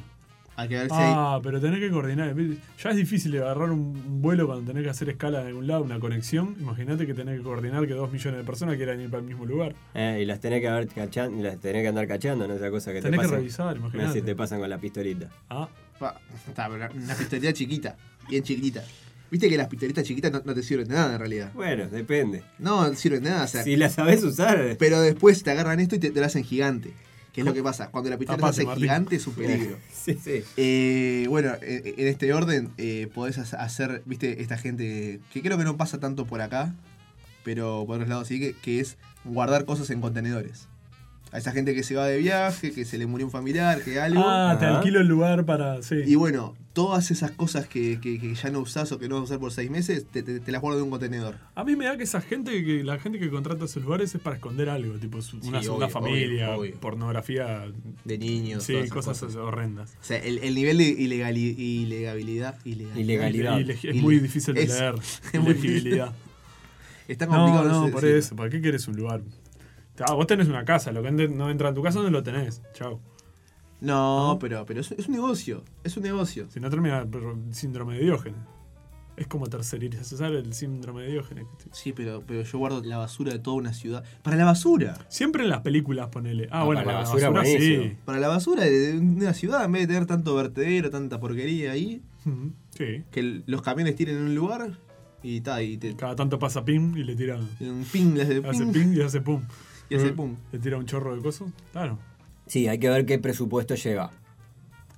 S3: Hay que ver si hay.
S2: Ah, pero tenés que coordinar. Ya es difícil agarrar un, un vuelo cuando tenés que hacer escala de algún lado, una conexión. Imagínate que tenés que coordinar que dos millones de personas quieran ir para el mismo lugar.
S4: eh, y las tenés que haber cachan- las tenés que andar cachando, no esa cosa que te
S2: Tenés que
S4: pasan.
S2: revisar,
S4: No sé si te
S2: imagínate.
S4: pasan con la pistolita.
S2: Ah,
S3: Pa- Está, pero una pistolita chiquita, bien chiquitita. Viste que las pistolitas chiquitas no, no te sirven de nada en realidad.
S4: Bueno, depende.
S3: No, no sirven de nada, o sea.
S4: Si la
S3: [LAUGHS]
S4: sabés usar, [LAUGHS]
S3: Pero después te agarran esto y te, te lo hacen gigante. ¿Qué es lo que pasa? Cuando la pistola
S2: Tapate,
S3: se hace
S2: Martín.
S3: gigante es un peligro.
S4: sí, sí.
S3: Eh, bueno, eh, en este orden eh, podés hac- hacer, viste, esta gente que creo que no pasa tanto por acá, pero por otros lados sí, que, que es guardar cosas en contenedores. A esa gente que se va de viaje, que se le murió un familiar, que algo.
S2: Ah, te
S4: Ajá.
S2: alquilo el lugar para. Sí.
S3: Y bueno, todas esas cosas que, que- que ya no usás o que no vas a usar por seis meses, te, te- te las guardo en un contenedor.
S2: A mí me da que esa gente, que la gente que contrata esos lugares es para esconder algo, tipo su-
S3: Sí,
S2: una segunda
S3: obvio,
S2: familia,
S3: obvio, obvio.
S2: pornografía,
S3: De niños.
S2: sí,
S3: todas esas
S2: cosas, horrendas.
S3: O sea, el, el nivel de ilegali- ilegabilidad, ilegalidad.
S4: Ilegalidad.
S2: Y- y legi- es
S3: Y-
S2: muy difícil de
S3: es-
S2: leer.
S3: [LAUGHS] es muy
S2: Ilegibilidad.
S3: Está
S2: No,
S3: complicado.
S2: no,
S3: sé
S2: por
S3: decirlo.
S2: eso. ¿Para qué quieres un lugar? Ah, vos tenés una casa, lo que ent- no entra en tu casa no lo tenés. Chao.
S3: No, pero, pero es, es un negocio. Es un negocio.
S2: Si no termina pero, síndrome de Diógenes. Es como tercerizar el síndrome de Diógenes.
S3: Sí, pero, pero yo guardo la basura de toda una ciudad. Para la basura.
S2: Siempre en las películas ponele. Ah,
S4: Ah,
S2: bueno, para la basura, sí.
S4: buenísimo.
S3: Para la basura de de una ciudad, en vez de tener tanto vertedero, tanta porquería ahí,
S2: Ujú, Sí.
S3: que el- los camiones tiren en un lugar y ta, y te.
S2: Cada tanto pasa pim y le tira.
S3: Un ping, les de
S2: Hace
S3: ping,
S2: pim y hace pum.
S3: [LAUGHS] y hace pum.
S2: Le tira un chorro de cosas. Claro.
S4: Sí, hay que ver qué presupuesto lleva.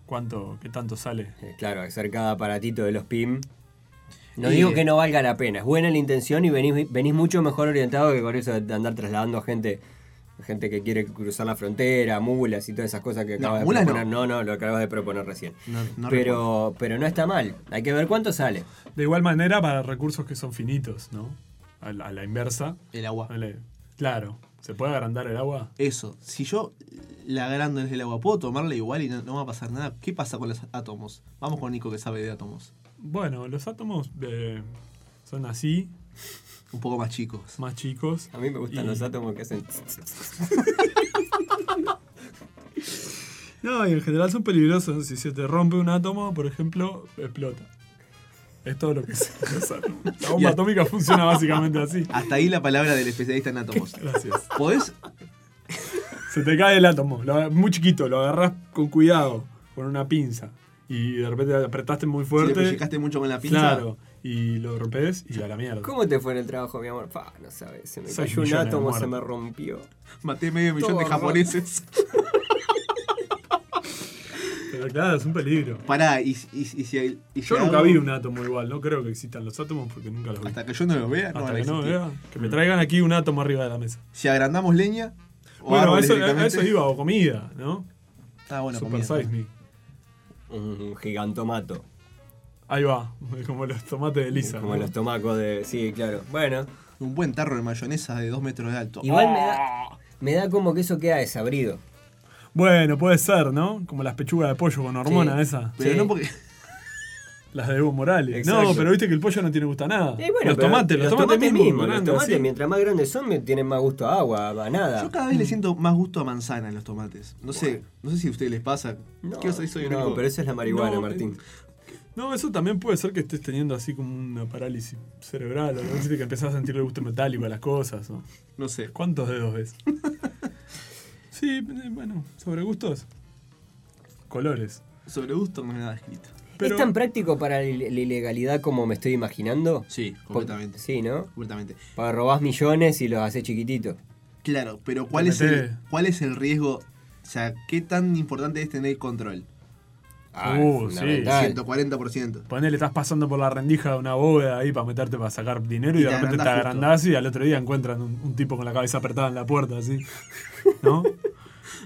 S2: ¿Cuánto, qué tanto sale?
S4: Eh, Claro, hacer cada aparatito de los PIM. No
S3: Y-
S4: digo que no valga la pena, es buena la intención y venís, venís mucho mejor orientado que con eso de andar trasladando a gente, gente que quiere cruzar la frontera, mulas y todas esas cosas que
S3: No,
S4: acabas
S3: mulas
S4: de proponer. No. no, lo acabas de proponer recién.
S3: No, no recuerdo.
S4: pero, pero no está mal, hay que ver cuánto sale.
S2: De igual manera para recursos que son finitos, ¿no? A la, a la inversa.
S3: El agua.
S2: Ponele, Claro. ¿Se puede agrandar el agua?
S3: Eso, si yo la agrando desde el agua, puedo tomarla igual y no, no va a pasar nada. ¿Qué pasa con los átomos? Vamos con Nico que sabe de átomos.
S2: Bueno, los átomos eh, son así,
S3: Un poco más chicos.
S2: más chicos.
S4: A mí me gustan
S2: Y-
S4: los átomos que hacen...
S2: No, y en general son peligrosos. Si se te rompe un átomo, por ejemplo, explota. Es todo lo que es. [LAUGHS] los átomos. La bomba atómica funciona básicamente así.
S3: Hasta ahí la palabra del especialista en átomos.
S2: Gracias.
S3: ¿Podés?
S2: Se te cae el átomo, lo aga- muy chiquito, lo agarras con cuidado, con una pinza. y de repente apretaste muy
S3: Si le
S2: fuerte.
S3: pellecaste mucho con la pinza.
S2: claro, y lo rompes y a la mierda.
S4: ¿Cómo te fue en el trabajo, mi amor? Pa, no sabes, se me
S2: Seis
S4: cayó un
S2: millones de
S4: átomo, se
S2: muertos.
S4: me rompió.
S3: Maté medio millón
S4: Todo
S3: de
S4: roto.
S3: japoneses.
S2: Pero claro, es un peligro.
S3: Pará, y, y, y si hay- y si
S2: Yo nunca
S3: hago-
S2: vi un átomo igual, no creo que existan los átomos porque nunca los vi.
S3: Hasta que yo no lo vea,
S2: Hasta
S3: no van a
S2: que no
S3: existir.
S2: vea, que me traigan aquí un átomo arriba de la mesa.
S3: Si agrandamos leña. O
S2: Bueno, a
S3: árboles
S2: eso, a- a
S3: directamente.
S2: eso iba, o comida, ¿no?
S3: Ah, bueno,
S2: Super
S3: comida.
S2: Size Me.
S4: Un gigantomato.
S2: Ahí va, [LAUGHS] como los tomates de Lisa.
S4: Como
S2: ¿no?
S4: los tomacos de. Sí, claro. Bueno.
S3: Un buen tarro de mayonesa de 2 metros de alto.
S4: Igual me da. Me da como que eso queda desabrido.
S2: Bueno, puede ser, ¿no? Como las pechugas de pollo con hormona
S4: Sí.
S2: esa.
S3: Pero
S4: Sí.
S3: no porque.
S2: Las de Evo Morales.
S4: Exacto.
S2: No, pero viste que el pollo no tiene gusto a nada.
S4: Eh, bueno,
S2: los
S4: pero
S2: tomates, los, tomates, mismos.
S4: mismos, los
S2: grandes,
S4: tomates,
S2: así.
S4: mientras más grandes son, me tienen más gusto a agua, a nada.
S3: Yo cada vez le siento más gusto a manzana en los tomates. No sé, no sé si a ustedes les pasa.
S4: No,
S3: Quiero saber si soy el
S4: no,
S3: único.
S4: pero eso es la marihuana,
S2: No, eh,
S4: Martín.
S2: No, eso también puede ser que estés teniendo así como una parálisis cerebral. O algo así, que empezás a sentirle gusto metálico a las cosas. ¿no?
S3: No sé.
S2: ¿Cuántos dedos ves? [LAUGHS] sí, eh, bueno, sobre gustos. Colores.
S3: Sobre gusto no hay nada escrito.
S2: Pero
S4: ¿Es tan práctico para la il- la ilegalidad como me estoy imaginando?
S3: Sí,
S4: Po-
S3: completamente.
S4: Sí, ¿no?
S3: Completamente.
S4: Para robás millones y los haces chiquititos.
S3: Claro, pero ¿cuál
S2: Te
S3: es, el,
S2: metés.
S3: ¿cuál es el riesgo? O sea, ¿qué tan importante es tener control?
S2: Uh, sí.
S4: Ah, fundamental.
S3: 140%.
S2: ponele, estás pasando por la rendija de una bóveda ahí para meterte para sacar dinero y,
S3: Y
S2: de
S3: te
S2: repente te
S3: agrandás justo.
S2: agrandás y al otro día encuentran un, un tipo con la cabeza apretada en la puerta así. ¿No?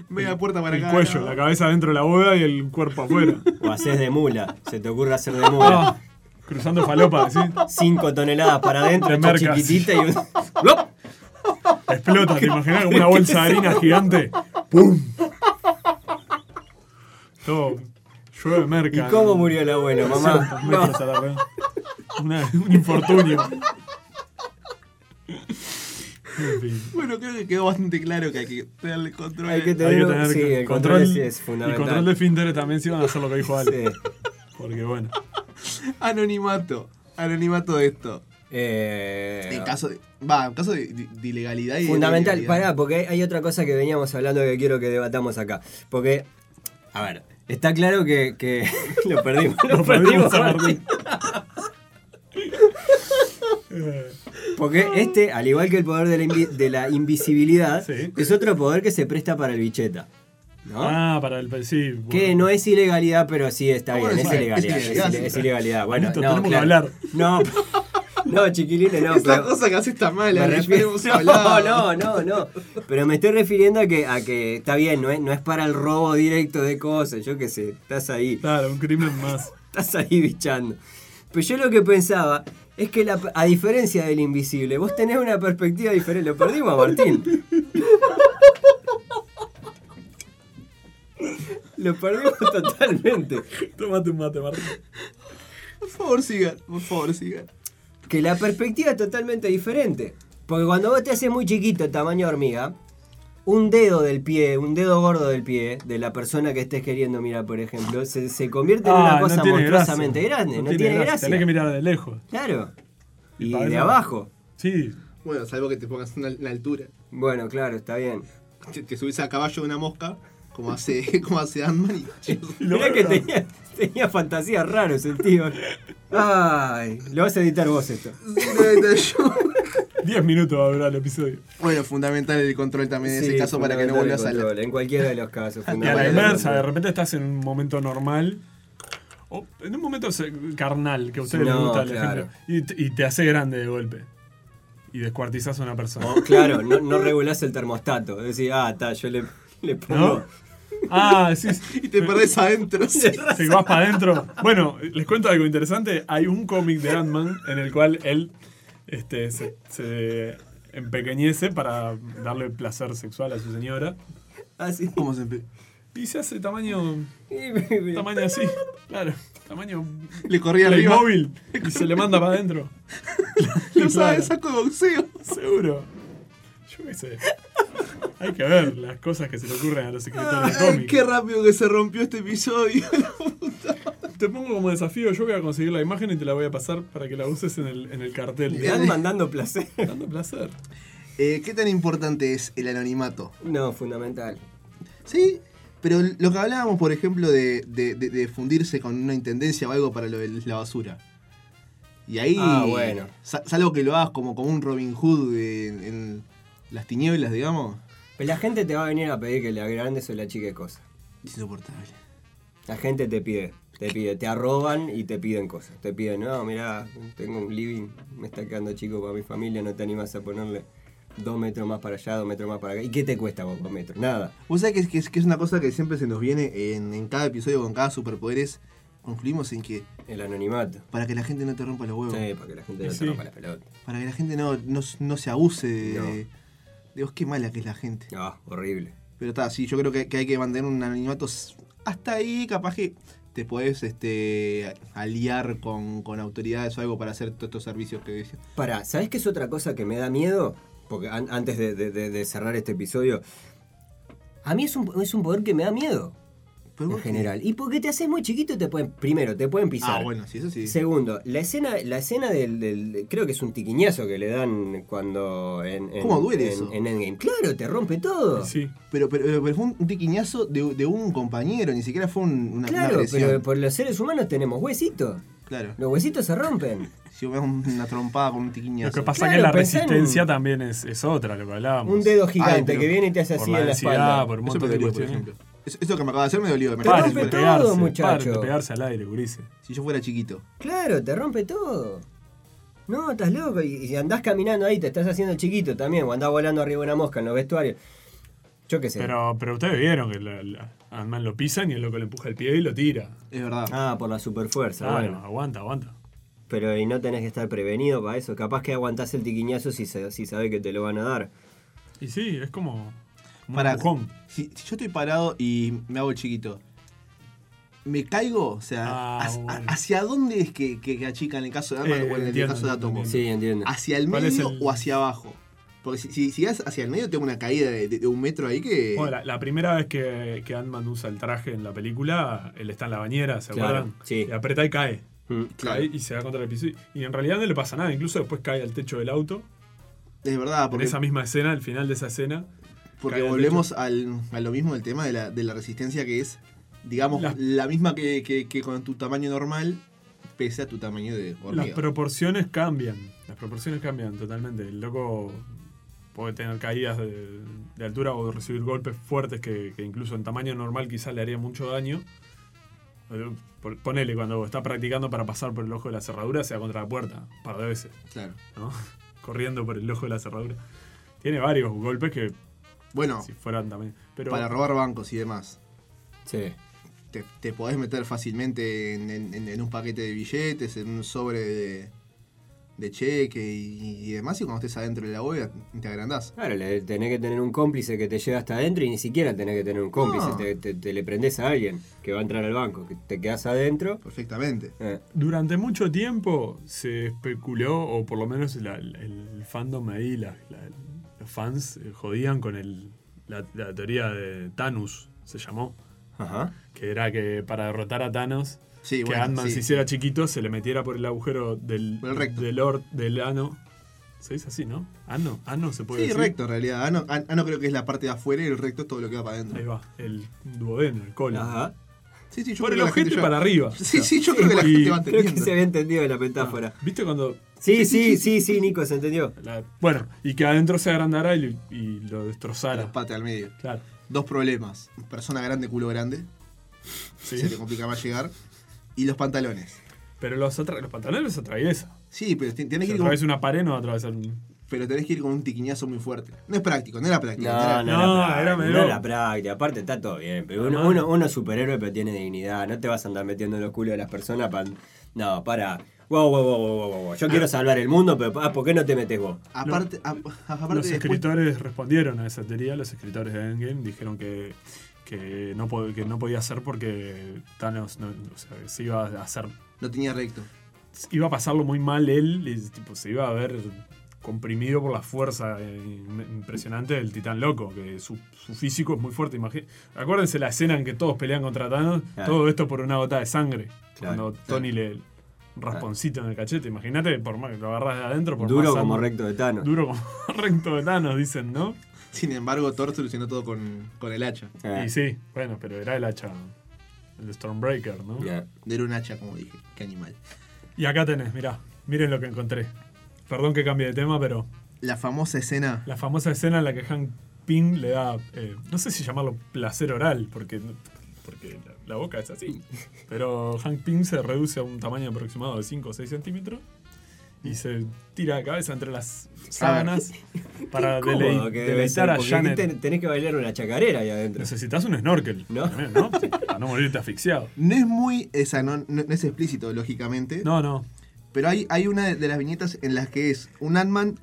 S3: Media puerta [LAUGHS] para
S2: el
S3: acá.
S2: cuello,
S3: ¿no?
S2: la cabeza dentro de la bóveda y el cuerpo
S3: [LAUGHS]
S2: afuera.
S4: O haces de mula, se te ocurre hacer de mula.
S2: Ah, cruzando falopa, así.
S4: 5 toneladas para adentro,
S2: De
S4: hecha
S2: merca,
S4: chiquitita y un...
S2: Explota, ¿te imaginas? Como una
S3: [LAUGHS]
S2: bolsa de harina gigante. ¡Pum! Todo. Llueve
S4: ¿Y
S2: merca.
S4: cómo murió el abuelo, mamá?
S2: 300 metros a la red. Una- un infortunio. En fin.
S3: Bueno, creo que quedó bastante claro que hay que tenerle control.
S4: Hay que
S2: Hay que
S4: Pero,
S2: tener
S4: sí, el control sí es
S2: Y
S4: fundamental.
S2: control de Finder también sí van a hacer lo que dijo Ale.
S4: Sí.
S2: Porque bueno.
S3: Anonimato. Anonimato de esto.
S4: Eh,
S3: En caso de. Va, en caso de, de- de ilegalidad y. de
S4: Fundamental,
S3: ilegalidad.
S4: pará, porque hay- hay otra cosa que veníamos hablando que quiero que debatamos acá. Porque, a ver, está claro que, que [LAUGHS] lo perdimos. Lo,
S2: Lo
S4: perdimos,
S2: perdimos a
S4: Martín. [LAUGHS] Porque este, al igual que el poder de la, invi- de la invisibilidad,
S2: Sí.
S4: es otro poder que se presta para el bicheta. ¿no?
S2: Ah, para el. Sí. bueno.
S4: Que no es ilegalidad, pero sí está
S3: Bueno,
S4: bien, es,
S3: es
S4: ilegalidad, es,
S3: ilegalidad,
S4: ile-
S3: sí.
S4: es ilegalidad. Bueno,
S2: Listo,
S4: no,
S2: tenemos que
S4: claro.
S2: hablar.
S4: No, [LAUGHS] no, chiquilines, no.
S3: Esa
S4: pero-
S3: cosa que hace está mala,
S4: me
S3: la
S4: refiero-
S3: hemos
S4: [LAUGHS] no,
S3: hablado.
S4: no, no, no. Pero me estoy refiriendo a que, a que está bien, no es, no es para el robo directo de cosas, yo qué sé, estás ahí,
S2: Claro, un crimen
S4: [LAUGHS]
S2: más.
S4: estás ahí bichando. Pero yo lo que pensaba es que la- a diferencia del invisible, vos tenés una perspectiva diferente. Lo perdimos a Martín. Lo perdimos totalmente.
S2: Tómate un mate, Martín.
S3: Por favor, sigan, por favor, sigan.
S4: que la perspectiva es totalmente diferente. Porque cuando vos te haces muy chiquito, tamaño hormiga, un dedo del pie, un dedo gordo del pie, de la persona que estés queriendo mirar, por ejemplo, se, se convierte en una cosa monstruosamente grande. No, tiene gracia.
S2: Tenés que mirar de lejos.
S4: Claro.
S2: Y
S4: Y
S2: para
S4: de
S2: eso-
S4: abajo.
S2: Sí.
S3: Bueno, salvo que te pongas en la altura.
S4: Bueno, claro, está bien.
S3: Te, te subís a caballo de una mosca, como hace, [LAUGHS] como hace Ant-Man. y-
S2: [LAUGHS] lo
S4: Mirá que
S2: bueno-
S4: tenía, tenía fantasías raras el tío. Ay, lo vas a editar vos esto.
S2: Diez minutos va a durar el episodio.
S3: bueno, fundamental el control también en
S4: Sí,
S3: ese caso para que no
S4: fundamental el
S3: vuelvas a la.
S4: control, En cualquiera de los casos.
S2: [LAUGHS] Y a la
S4: fundamental.
S2: inversa, de repente estás en un momento normal. O en un momento se- carnal, que a ustedes les
S4: No,
S2: gusta el
S4: claro.
S2: ejemplo. Y, te- y te hace grande de golpe. Y descuartizás a una persona.
S4: No, Oh, claro, no, no regulás el termostato. Decís, ah, está, yo le, le pongo.
S2: ¿No? Ah, sí. sí.
S3: Y te perdés
S4: [LAUGHS]
S3: adentro.
S2: Si vas para adentro. Bueno, les cuento algo interesante. Hay un cómic de Ant-Man en el cual él este, se, se empequeñece para darle placer sexual a su señora.
S4: Así.
S3: ¿Cómo se
S4: [LAUGHS]
S3: empe-
S2: Y se hace tamaño. Tamaño así. Claro. Tamaño.
S3: Le corría arriba. [LAUGHS]
S2: Playmobil. Y se le manda para adentro.
S4: [LAUGHS]
S3: Lo usaba de
S2: Claro.
S3: saco de boxeo.
S2: Seguro. Yo qué sé. Hay que ver las cosas que se le ocurren a los escritores de
S3: Ay,
S2: cómics.
S3: qué rápido que se rompió este episodio.
S2: Te pongo como desafío, yo voy a conseguir la imagen y te la voy a pasar para que la uses en el, en el cartel.
S4: Me están mandando placer. [LAUGHS]
S2: Dando placer.
S3: Eh, ¿Qué tan importante es el anonimato?
S4: No, fundamental.
S3: Sí, Pero lo que hablábamos, por ejemplo, de, de- de- de fundirse con una intendencia o algo para lo de la basura. Y ahí,
S4: Ah, bueno.
S3: sa- salvo que lo hagas como, como un Robin Hood en, en las tinieblas, digamos,
S4: Pero la gente te va a venir a pedir que le agrandes o le achiques cosas.
S3: es insoportable.
S4: La gente te pide, te pide, te arroban y te piden cosas. Te piden, no, mirá, tengo un living, me está quedando chico para mi familia, no te animas a ponerle dos metros más para allá, dos metros más para acá. ¿Y qué te cuesta vos dos metros? Nada.
S3: Vos sabés que es, que es, que es una cosa que siempre se nos viene en, en cada episodio con cada superpoderes. Concluimos en que
S4: El anonimato.
S3: para que la gente no te rompa los huevos,
S4: Sí, para que la gente no
S2: Sí.
S4: te rompa la pelota.
S3: para que la gente no, no, no se abuse de,
S4: No.
S3: de- Dios, qué mala que es la gente.
S4: Ah, horrible.
S3: Pero está, sí, yo creo que, que hay que mantener un anonimato s- hasta ahí, capaz que te podés este, aliar con, con autoridades o algo para hacer todos estos servicios que decía.
S4: Para, ¿sabes qué es otra cosa que me da miedo? Porque an- antes de, de- de- de cerrar este episodio, a mí es un, es un poder que me da miedo
S3: Pero
S4: en
S3: vos-
S4: general. Y porque te haces muy chiquito, te pueden, primero, te pueden pisar.
S3: Ah, bueno, sí, eso sí.
S4: Segundo, la escena, la escena del, del- de- creo que es un tiquiñazo que le dan cuando en, en-
S3: ¿Cómo duele
S4: en-
S3: eso?
S4: en Endgame. Claro, te rompe todo.
S2: Sí.
S3: Pero, pero, pero fue un tiquiñazo de, de un compañero, ni siquiera fue un- una, una
S4: claro,
S3: agresión.
S4: pero por los seres humanos tenemos huesitos.
S3: Claro.
S4: Los huesitos se rompen.
S3: Si me das una trompada con un
S2: Lo
S3: tiquiñazo.
S2: que pasa es
S4: Claro,
S2: que la
S4: pensá en-
S2: resistencia también es, es otra, lo que hablábamos.
S4: Un dedo gigante
S3: pero
S4: que viene y te hace
S2: por
S4: así
S2: la
S4: en la
S2: densidad,
S4: espalda.
S2: por un
S3: Eso me
S2: montón de
S3: dolió, por
S2: cuestiones.
S3: ejemplo. Eso, esto que me acaba de hacer me dolió. Me
S4: Paren
S2: Paren
S3: parece
S4: rompe
S2: de
S3: súper-
S4: todo,
S2: pegarse, paren
S4: muchacho.
S2: de pegarse al aire, gurises.
S3: si yo fuera chiquito.
S4: Claro, te rompe todo. No, estás loco. Y si andás caminando ahí, te estás haciendo chiquito también. O andás volando arriba de una mosca en los vestuarios. Yo qué sé.
S2: Pero, pero ustedes vieron que la, la- al man lo pisan y el loco le empuja el pie y lo tira.
S3: Es verdad.
S4: Ah, por la superfuerza.
S2: Claro,
S4: bueno.
S2: aguanta, aguanta.
S4: Pero y no tenés que estar prevenido para eso. Capaz que aguantás el tiquiñazo si, se- si sabés que te lo van a dar.
S2: Y sí, es como un
S3: Pará,
S2: empujón.
S3: Si, si yo estoy parado y me hago el chiquito, ¿me caigo? O sea,
S2: Ah,
S3: hacia,
S2: bueno.
S3: ¿hacia dónde es que, que, que achican en el caso de Ant-Man
S2: Eh,
S3: o en el
S2: entiendo,
S3: caso de Atomo?
S2: entiendo.
S4: Sí, entiendo.
S3: ¿Hacia el
S2: ¿Cuál es
S3: medio
S2: el-
S3: o hacia abajo? Porque si, si, si vas hacia el medio, tengo una caída de, de- de un metro ahí que.
S2: Bueno, la, la primera vez que, que Ant-Man usa el traje en la película, él está en la bañera, ¿se
S4: Claro,
S2: acuerdan?
S4: sí.
S2: Y aprieta y cae.
S4: Mm.
S3: Claro.
S2: Cae y se da contra el piso. Y- Y en realidad no le pasa nada, incluso después cae al techo del auto.
S3: Es verdad,
S2: Por
S3: porque,
S2: esa misma escena, al final de esa escena,
S3: porque
S2: cae al
S3: volvemos al, a lo mismo del tema de la, de la resistencia que es, digamos,
S2: Las-
S3: la misma que, que- que con tu tamaño normal, pese a tu tamaño de
S2: las
S3: hormiga.
S2: proporciones cambian. Las proporciones cambian totalmente. El loco puede tener caídas de, de altura o recibir golpes fuertes que, que incluso en tamaño normal quizás le haría mucho daño. Eh, por- Ponele, cuando está practicando para pasar por el ojo de la cerradura, se da contra la puerta, un par de veces.
S3: Claro.
S2: ¿no? [LAUGHS] Corriendo por el ojo de la cerradura. Tiene varios golpes que
S3: Bueno,
S2: si fueran también. Pero
S3: para robar bancos y demás.
S4: Sí.
S3: te, te podés meter fácilmente en, en- en- en un paquete de billetes, en un sobre de, de cheque y, y demás, y cuando estés adentro de la bóveda te agrandás.
S4: Claro, le, tenés que tener un cómplice que te lleve hasta adentro y ni siquiera tenés que tener un cómplice.
S3: No.
S4: Te, te- te le prendés a alguien que va a entrar al banco, que te quedás adentro.
S3: Perfectamente.
S4: eh,
S2: durante mucho tiempo se especuló, o por lo menos la- el fandom ahí, la- la- los fans eh, jodían con el, la, la teoría de Thanos, se llamó.
S4: Ajá.
S2: Que era que para derrotar a Thanos,
S3: Sí,
S2: que
S3: bueno,
S2: Ant-Man
S3: sí.
S2: se hiciera chiquito, se le metiera por el agujero del,
S3: Por el recto.
S2: del, or- del ano. Se dice así, ¿no? Ano, ano se puede
S3: Sí,
S2: decir.
S3: recto en realidad. Ah no, ah, ah, no creo que es la parte de afuera y el recto es todo lo que va para
S2: Ahí
S3: adentro.
S2: va, el duodeno, el colon.
S4: Ajá.
S3: Sí, sí, yo
S2: Por el
S3: creo que la gente
S2: ojete
S3: ya-
S2: para arriba.
S3: [LAUGHS] Sí, sí, yo creo que la
S2: Y-
S3: gente va
S4: Creo que
S3: entendiendo.
S4: se había entendido la metáfora.
S2: ¿Viste cuando.?
S4: [LAUGHS] Sí, sí, sí, sí, Nico, se entendió.
S2: la- bueno, y que adentro se agrandara y, y lo
S3: Las
S2: destrozara.
S3: patas al medio.
S2: Claro.
S3: Dos problemas. Persona grande, culo grande. Se te
S2: Sí.
S3: complica más llegar. Y los pantalones.
S2: Pero los, atra- los pantalones los atraviesa.
S3: Sí, pero ti- tenés
S2: Si
S3: que ir con,
S2: atraviesa una pared, no va a atravesar un.
S3: pero tenés que ir con un tiquiñazo muy fuerte. No es práctico, no era práctico. no era-
S4: No, no,
S2: No,
S4: era, práctica,
S2: era medio-
S4: no era práctica. Aparte está todo bien. Pero uno, uno, uno es superhéroe pero tiene dignidad. No te vas a andar metiendo en los culos de las personas para... No, para. Wow, wow, wow, wow, wow, wow. Yo quiero salvar el mundo, pero ah, ¿por qué no te metes vos?
S3: Aparte, a- a- [LAUGHS] aparte
S2: Los
S3: después-
S2: escritores respondieron a esa teoría. Los escritores de Endgame dijeron que, que, no, po- que no podía ser porque Thanos no, o sea, se iba a hacer.
S3: no tenía recto.
S2: Iba a pasarlo muy mal él. y, tipo, se iba a ver comprimido por la fuerza eh, im- impresionante del titán loco, que su, su físico es muy fuerte. imagi- Acuérdense la escena en que todos pelean contra Thanos,
S4: Claro.
S2: todo esto por una gota de sangre.
S4: Claro,
S2: cuando Tony le un rasponcito en el cachete, imagínate, por más que lo agarras de adentro, por
S4: Duro
S2: más
S4: como
S2: sangre- [LAUGHS]
S4: recto de Thanos.
S2: Duro como recto de Thanos, dicen, ¿no?
S3: Sin embargo, Thor solucionó todo con, con el hacha.
S4: Ah,
S2: Y sí, bueno, pero era el hacha. El Stormbreaker, ¿no?
S4: ya.
S3: Era un hacha, como dije. Qué animal.
S2: Y acá tenés, mirá. Miren lo que encontré. Perdón que cambie de tema, pero
S3: La famosa escena.
S2: la famosa escena en la que Hank Pym le da, eh, no sé si llamarlo placer oral, porque, porque la, la boca es
S4: [LAUGHS]
S2: así. Pero Hank Pym se reduce a un tamaño aproximado de 5 o 6 centímetros y se tira la cabeza entre las sábanas para
S4: Qué
S2: delei-
S4: incómodo que debe ser,
S2: deleitar a
S4: porque
S2: Janet.
S4: ten- tenés que bailar una chacarera ahí adentro.
S2: Necesitas un snorkel.
S4: No.
S2: también,
S4: [LAUGHS]
S2: ¿no? Para no morirte asfixiado.
S3: No es muy. Esa, no, no- no es explícito, lógicamente.
S2: No, no.
S3: Pero hay, hay una de las viñetas en las que es un Ant-Man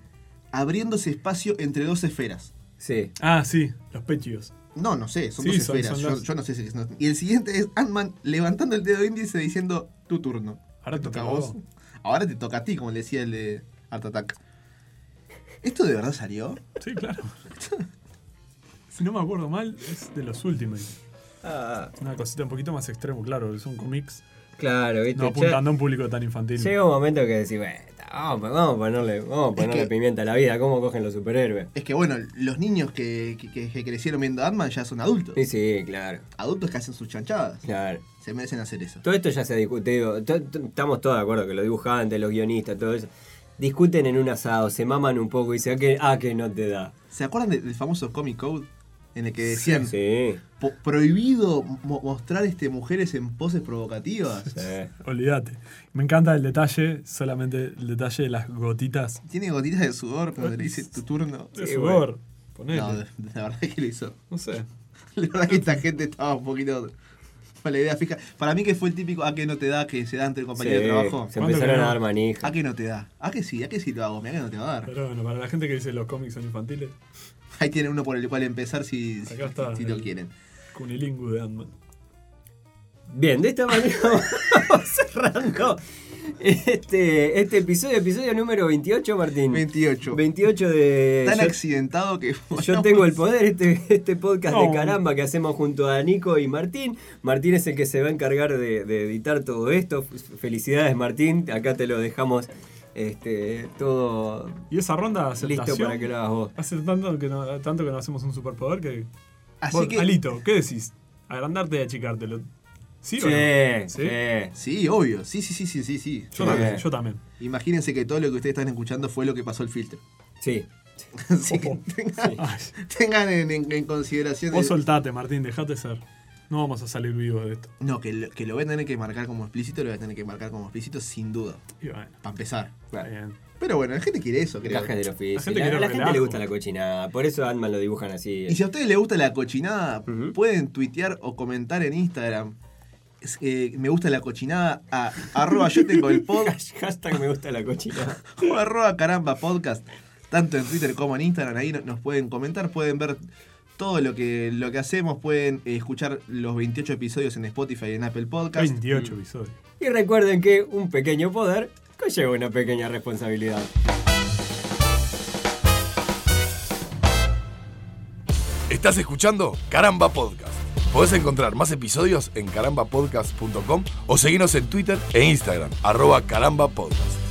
S3: abriéndose espacio entre dos esferas.
S4: Sí.
S2: Ah, sí, los pechos.
S3: No, no sé, son
S2: Sí,
S3: dos
S2: son-
S3: esferas.
S2: son
S3: yo,
S2: las-
S3: yo no sé si es. no- Y el siguiente es Ant-Man levantando el dedo índice diciendo tu turno.
S2: Ahora te
S3: toca a
S2: toca a
S3: vos.
S2: vos.
S3: Ahora te toca a ti, como le decía el de Art Attack. ¿Esto de verdad salió?
S2: Sí,
S4: [LAUGHS]
S2: claro. si no me acuerdo mal, es de los Ultimate.
S4: Ah,
S2: Una cosita un poquito más extremo, claro, son cómics.
S4: claro, viste.
S2: No
S4: Ya
S2: apuntando a un público tan infantil.
S4: Llega un momento que decís, "Bueno, está, vamos, pues, vamos a ponerle, vamos a ponerle
S3: que-
S4: pimienta a la vida, cómo cogen los superhéroes.
S3: Es que bueno, los niños que, que- que- que crecieron viendo Ant-Man ya son adultos.
S4: Sí, sí, claro,
S3: Adultos que hacen sus chanchadas.
S4: claro.
S3: Se merecen hacer eso.
S4: Todo esto ya se ha discutido, to- to- estamos todos de acuerdo que los dibujantes, los guionistas, todo eso, discuten en un asado, se maman un poco y dicen, ah, que, ah, que no te da.
S3: ¿Se acuerdan de- del famoso Comic Code? En el que decían,
S4: Sí,
S3: "Po- prohibido mo- mostrar este, mujeres en poses provocativas.
S4: sí.
S2: Olvídate. Me encanta el detalle, solamente el detalle de las gotitas
S3: Tiene gotitas de sudor cuando le dice tu turno.
S2: de
S4: Sí,
S2: sudor. Ponele.
S3: No,
S2: No,
S3: de- [LAUGHS] la verdad que lo hizo. [LAUGHS]
S2: sé.
S3: La verdad que esta gente estaba un poquito con la idea fija. Para mí que fue el típico a que no te da que se da entre compañeros
S4: Sí,
S3: de trabajo.
S4: Se
S2: ¿Cuándo
S4: empezaron
S2: que
S4: a
S2: no?
S4: dar manija.
S3: A que no te da. A que sí, a que sí te hago, a que no te va a dar.
S2: Pero bueno, para la gente que dice los cómics son infantiles,
S3: Ahí tienen uno por el cual empezar si, si,
S2: Acá está,
S3: si lo
S2: el-
S3: quieren.
S2: Cunilingu de Ant-Man.
S4: Bien, de esta manera [LAUGHS] vamos cerrando este, este episodio, episodio número 28, Martín.
S3: 28.
S4: 28 de...
S3: Tan
S4: yo-
S3: accidentado que [LAUGHS]
S4: Yo
S3: bueno,
S4: tengo el poder, este, este podcast de
S2: pues. No.
S4: caramba que hacemos junto a Nico y Martín. Martín es el que se va a encargar de, de editar todo esto. Felicidades, Martín. Acá te lo dejamos este, todo
S2: Y esa ronda de aceptación.
S4: listo para que lo hagas vos.
S2: Hace tanto que, no, tanto que no hacemos un superpoder que.
S3: Así
S2: Vos,
S3: que.
S2: Alito, ¿qué decís? ¿Agrandarte y achicártelo? ¿Sí, o no?
S4: Sí,
S2: ¿Sí?
S4: sí.
S3: Sí, obvio. Sí, sí, sí, sí, sí, sí.
S2: Yo
S4: Sí.
S2: también, yo también.
S3: Imagínense que todo lo que ustedes están escuchando fue lo que pasó el filtro. [LAUGHS]
S4: sí.
S3: Así que
S2: Ojo.
S3: tengan,
S2: Ay,
S3: tengan en, en- en consideración.
S2: vos
S3: el-
S2: soltate, Martín, dejate ser. No vamos a salir vivos de esto.
S3: No, que lo, que lo voy a tener que marcar como explícito, lo voy a tener que marcar como explícito sin duda.
S2: Y bueno,
S3: Para empezar.
S2: está
S4: Bueno,
S2: bien.
S3: Pero bueno, la gente quiere eso, creo.
S4: cajas del oficio. La
S2: La gente
S4: la gente,
S2: quiere
S4: le
S2: relajo.
S4: gusta la cochinada. Por eso Ant-Man lo dibujan así.
S3: Y si a ustedes les gusta la cochinada,
S4: Ujú.
S3: pueden tuitear o comentar en Instagram. Es, eh, me gusta la cochinada a [LAUGHS] arroba yo tengo el
S4: [LAUGHS]
S3: pod
S4: Hashtag me gusta la cochinada.
S3: o arroba caramba podcast. Tanto en Twitter como en Instagram, ahí no- nos pueden comentar, pueden ver todo lo que, lo que hacemos, pueden eh, escuchar los 28 episodios en Spotify y en Apple Podcast.
S2: 28 episodios.
S4: Y recuerden que un pequeño poder conlleva una pequeña responsabilidad.
S1: Estás escuchando Caramba Podcast. Podés encontrar más episodios en carambapodcast.com o seguirnos en Twitter e Instagram, arroba carambapodcast.